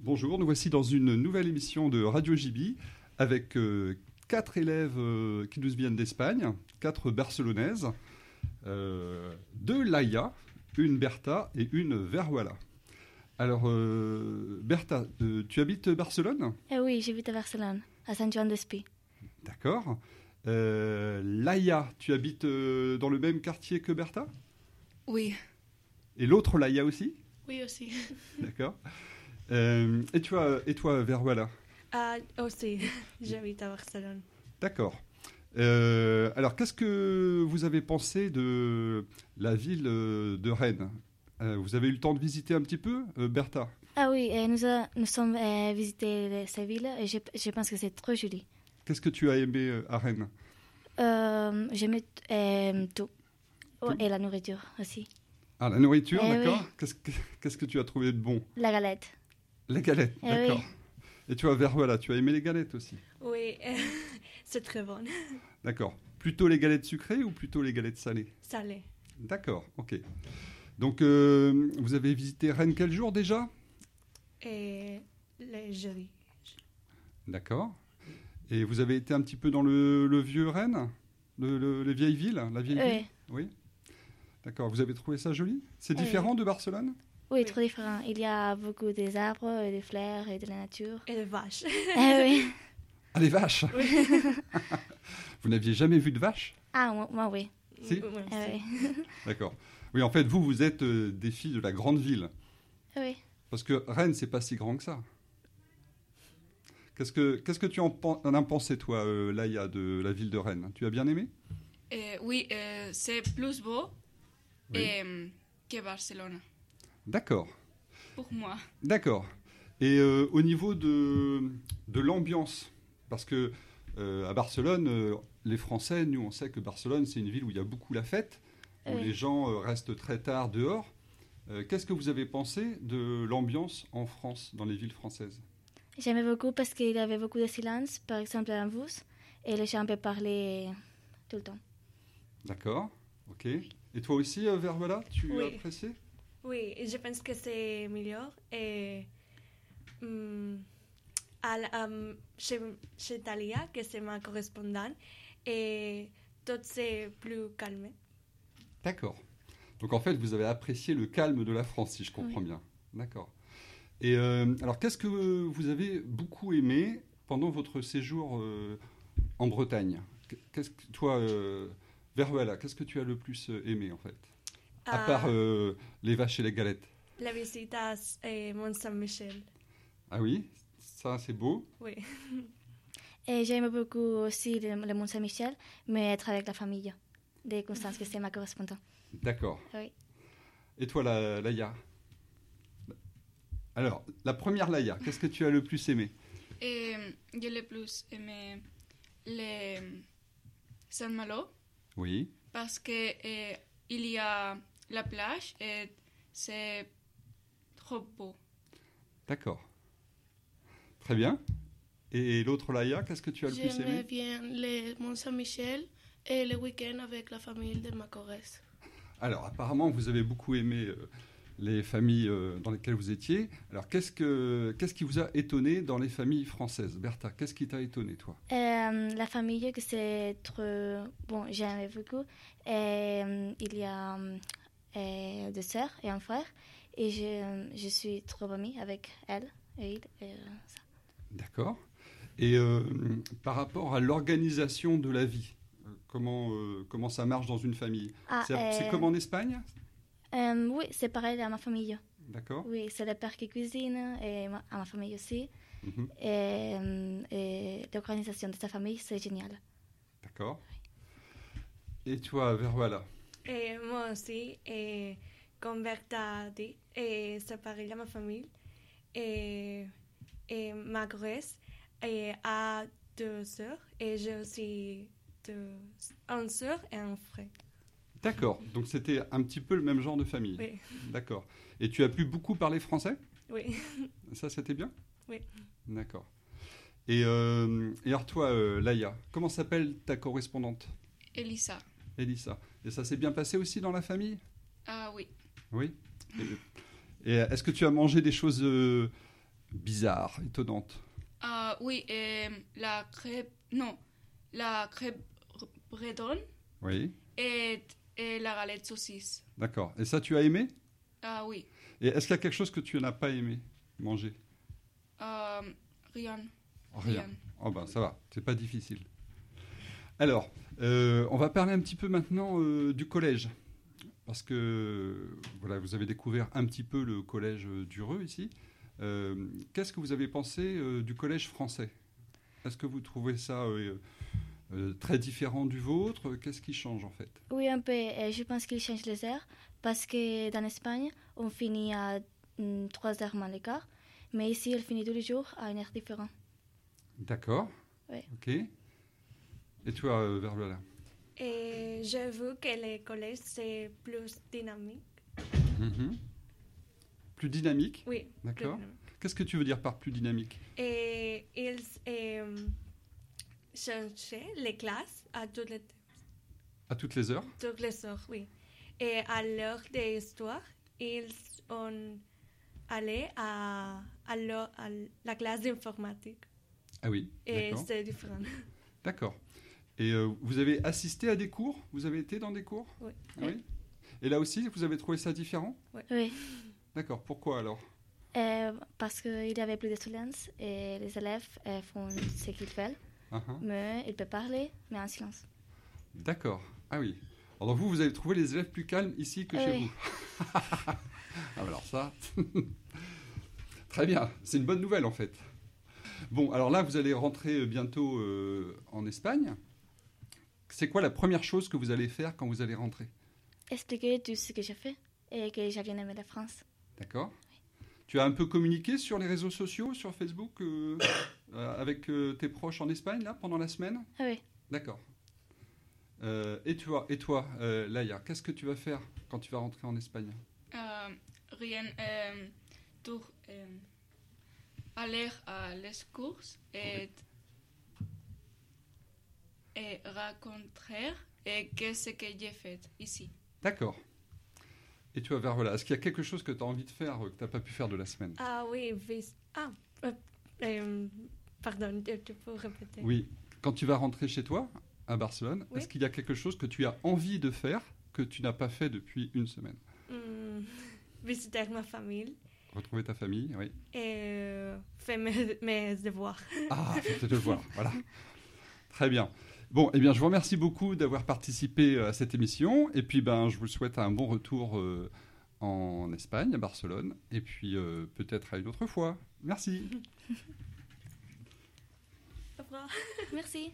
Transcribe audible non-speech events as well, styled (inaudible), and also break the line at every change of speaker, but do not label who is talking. Bonjour, nous voici dans une nouvelle émission de Radio JB avec euh, quatre élèves euh, qui nous viennent d'Espagne, quatre barcelonaises, euh, deux Laia, une Bertha et une Veruela. Alors, euh, Bertha, euh, tu habites Barcelone
Eh oui, j'habite à Barcelone, à San Juan d'Espí.
D'accord. Euh, Laia, tu habites euh, dans le même quartier que Bertha
Oui.
Et l'autre Laia aussi
Oui aussi.
D'accord. Euh, et, tu as- et toi, Veruela
(laughs) Ah aussi, j'habite à Barcelone.
D'accord. Euh, alors, qu'est-ce que vous avez pensé de la ville euh, de Rennes Euh, Vous avez eu le temps de visiter un petit peu, euh, Bertha
Ah oui, euh, nous, a- nous sommes euh, visités le- sa ville et je, je pense que c'est trop joli.
Qu'est-ce que tu as aimé euh, à Rennes
Euh, J'aime t- euh, tout. Oh,
Tout.
Et la nourriture aussi.
Ah, la nourriture,
Eh
d'accord.
oui.
Qu'est-ce que- Qu'est-ce que tu as trouvé de bon
La galette.
Les galettes,
Eh
d'accord.
oui.
Et tu as Veruela, tu as aimé les galettes aussi
Oui, euh, (laughs) c'est très bon.
D'accord. Plutôt les galettes sucrées ou plutôt les galettes salées
Salé.
D'accord, ok. Donc, euh, vous avez visité Rennes quel jour déjà
Et les jeudi.
D'accord. Et vous avez été un petit peu dans le, le vieux Rennes Le- le- Les vieilles villes La vieille ville
Oui,
Oui. D'accord. Vous avez trouvé ça joli C'est
Oui.
différent de Barcelone
oui, trop différent. Il y a beaucoup des arbres, et des fleurs et de
(laughs)
la nature.
Et les vaches.
Eh oui.
Ah, les vaches (laughs) Vous n'aviez jamais vu de vaches
Ah, moi, moi, oui.
(laughs)
Si.
Oui,
Eh oui.
D'accord. Oui, en fait, vous, vous êtes euh, des filles de la grande ville.
Eh oui.
Parce que Rennes, c'est pas si grand que ça. Qu'est-ce que, qu'est-ce que tu en, pen- en as pensé, toi, euh, Laïa, de la ville de Rennes Tu as bien aimé
Euh, oui, euh, c'est plus beau
Oui.
euh, que Barcelone,
D'accord.
pour moi.
D'accord. Et euh, au niveau de, de l'ambiance, parce que euh, à Barcelone, euh, les Français, nous, on sait que Barcelone, c'est une ville où il y a beaucoup la fête, où
Oui.
les gens euh, restent très tard dehors. Euh, Qu'est-ce que vous avez pensé de l'ambiance en France, dans les villes françaises
J'aimais beaucoup parce qu'il y avait beaucoup de silence, par exemple à vous, et les gens peuvent parler tout le temps.
D'accord. Ok. Et toi aussi, euh, Vervela, tu
Oui.
as apprécié
Oui, je pense que c'est meilleur. Et hum, à, la- hum, chez, chez Talia, que c'est ma correspondante, et tout c'est plus calme.
D'accord. Donc en fait, vous avez apprécié le calme de la France, si je comprends bien. D'accord. Et euh, alors, qu'est-ce que vous avez beaucoup aimé pendant votre séjour euh, en Bretagne Qu'est-ce que toi, euh, Veruela, qu'est-ce que tu as le plus euh, aimé en fait À
Ah,
part euh, les vaches et les galettes.
La visite à eh, Mont-Saint-Michel.
Ah oui, ça c'est beau.
Oui.
Et j'aime beaucoup aussi le, le Mont Saint-Michel, mais être avec la famille de Constance, que c'est ma correspondante.
D'accord.
Oui.
Et toi, la, Laïa Alors, la première Laïa, qu'est-ce que tu as le plus aimé
Et je l'ai Eh, plus aimé le Saint-Malo
Oui.
parce que euh, il y a la plage et c'est trop beau.
D'accord. Très bien. Et l'autre Laïa, qu'est-ce que tu as le plus
J'aimais
aimé
bien le Mont-Saint-Michel et le week-end avec la famille de ma Corrèze.
Alors, apparemment, vous avez beaucoup aimé euh, les familles euh, dans lesquelles vous étiez. Alors, qu'est-ce, que, qu'est-ce qui vous a étonné dans les familles françaises Bertha, qu'est-ce qui t'a étonné, toi
Euh, la famille, que c'est trop... Bon, j'aimais beaucoup. Et, euh, il y a euh, euh, deux sœurs et un frère, et je, je suis trop amie avec elle et il. et, euh, ça.
D'accord. Et euh, par rapport à l'organisation de la vie, euh, comment, euh, comment ça marche dans une famille
Ah,
c'est, c'est
euh,
comme en Espagne
euh, Oui, c'est pareil à ma famille.
D'accord
Oui, c'est le père qui cuisine, et ma- à ma famille aussi.
Mhm.
Et, euh, et l'organisation de sa famille, c'est génial.
D'accord. Et toi, Veruela
Et moi aussi, et comme eh, Bertha eh, a dit, et c'est pareil à ma famille. Et, et eh, ma grosse et a deux sœurs et j'ai aussi deux, une sœur et un frère.
D'accord. Donc, c'était un petit peu le même genre de famille.
Oui,
D'accord. Et tu as pu beaucoup parler français
oui. (laughs)
Ça, c'était bien
Oui.
D'accord. Et, euh, et alors toi, euh, Laïa, comment s'appelle ta correspondante,
Elisa.
Elissa Et ça s'est bien passé aussi dans la famille
Ah oui.
Oui. Et, et est-ce que tu as mangé des choses euh, bizarre, étonnante.
Ah oui, et la crêpe, non, la crêpe bretonne
Oui,
et, et la galette saucisse.
d'accord. Et ça, tu as aimé
Ah oui,
Et est-ce qu'il y a quelque chose que tu n'as pas aimé manger
Ah, rien,
Rien. Oh ben ça va, c'est pas difficile. Alors, euh, on va parler un petit peu maintenant euh, du collège. Parce que voilà, vous avez découvert un petit peu le collège euh, d'Ureux ici. Euh, Qu'est-ce que vous avez pensé euh, du collège français Est-ce que vous trouvez ça euh, euh, très différent du vôtre Qu'est-ce qui change en fait
Oui, un peu. Et je pense qu'ils changent les heures parce que dans l'Espagne, on finit à 3 heures moins le quart. Mais ici, elle finit tous les jours à une heure différente.
D'accord.
Ouais.
Ok. Et toi, euh, Verlola
Et Eh, j'avoue que les collèges, c'est plus dynamique.
Mhm. Plus dynamique
Oui. plus
D'accord.
dynamique.
Qu'est-ce que tu veux dire par plus dynamique
Et ils euh, changeaient les classes à toutes les,
À toutes les heures
toutes les heures, oui. Et à l'heure des histoires, ils ont allé à, à, l'heure- à la classe d'informatique.
Ah oui,
Et
d'accord.
c'est différent.
D'accord. Et euh, vous avez assisté à des cours Vous avez été dans des cours
Oui.
Ah oui Et là aussi, vous avez trouvé ça différent
Oui,
D'accord. Pourquoi alors
Euh, parce qu'il y avait plus de silence et les élèves euh, font ce qu'ils veulent.
Ah, ah.
Mais ils peuvent parler, mais en silence.
D'accord. Ah oui. Alors vous, vous avez trouvé les élèves plus calmes ici que chez
Oui.
vous.
(laughs)
ah bah alors ça. (laughs) Très bien. C'est une bonne nouvelle en fait. Bon, alors là, vous allez rentrer bientôt euh, en Espagne. C'est quoi la première chose que vous allez faire quand vous allez rentrer
Expliquer tout ce que j'ai fait et que j'ai bien aimé la France.
D'accord. Tu as un peu communiqué sur les réseaux sociaux, sur Facebook, euh, (coughs) euh, avec euh, tes proches en Espagne, là, pendant la semaine
Ah oui.
D'accord. Euh, et toi, et toi euh, Laïa, qu'est-ce que tu vas faire quand tu vas rentrer en Espagne
Euh, rien, euh, pour euh, aller à les courses et, et raconter et qu'est-ce que j'ai fait ici.
D'accord. Et tu vas vers, voilà, est-ce qu'il y a quelque chose que tu as envie de faire, euh, que tu n'as pas pu faire de la semaine
ah oui, vis- ah, euh, euh, pardon, tu tu peux répéter.
Oui. Quand tu vas rentrer chez toi, à Barcelone,
Oui.
est-ce qu'il y a quelque chose que tu as envie de faire que tu n'as pas fait depuis une semaine
Hmm, visiter ma famille
Retrouver ta famille, oui.
et faire mes, mes devoirs.
Ah, faut te le voir, voilà. Très bien. Bon, eh bien, je vous remercie beaucoup d'avoir participé euh, à cette émission. Et puis, ben, je vous souhaite un bon retour euh, en Espagne, à Barcelone. Et puis, euh, peut-être à une autre fois. Merci.
Au revoir.
Merci.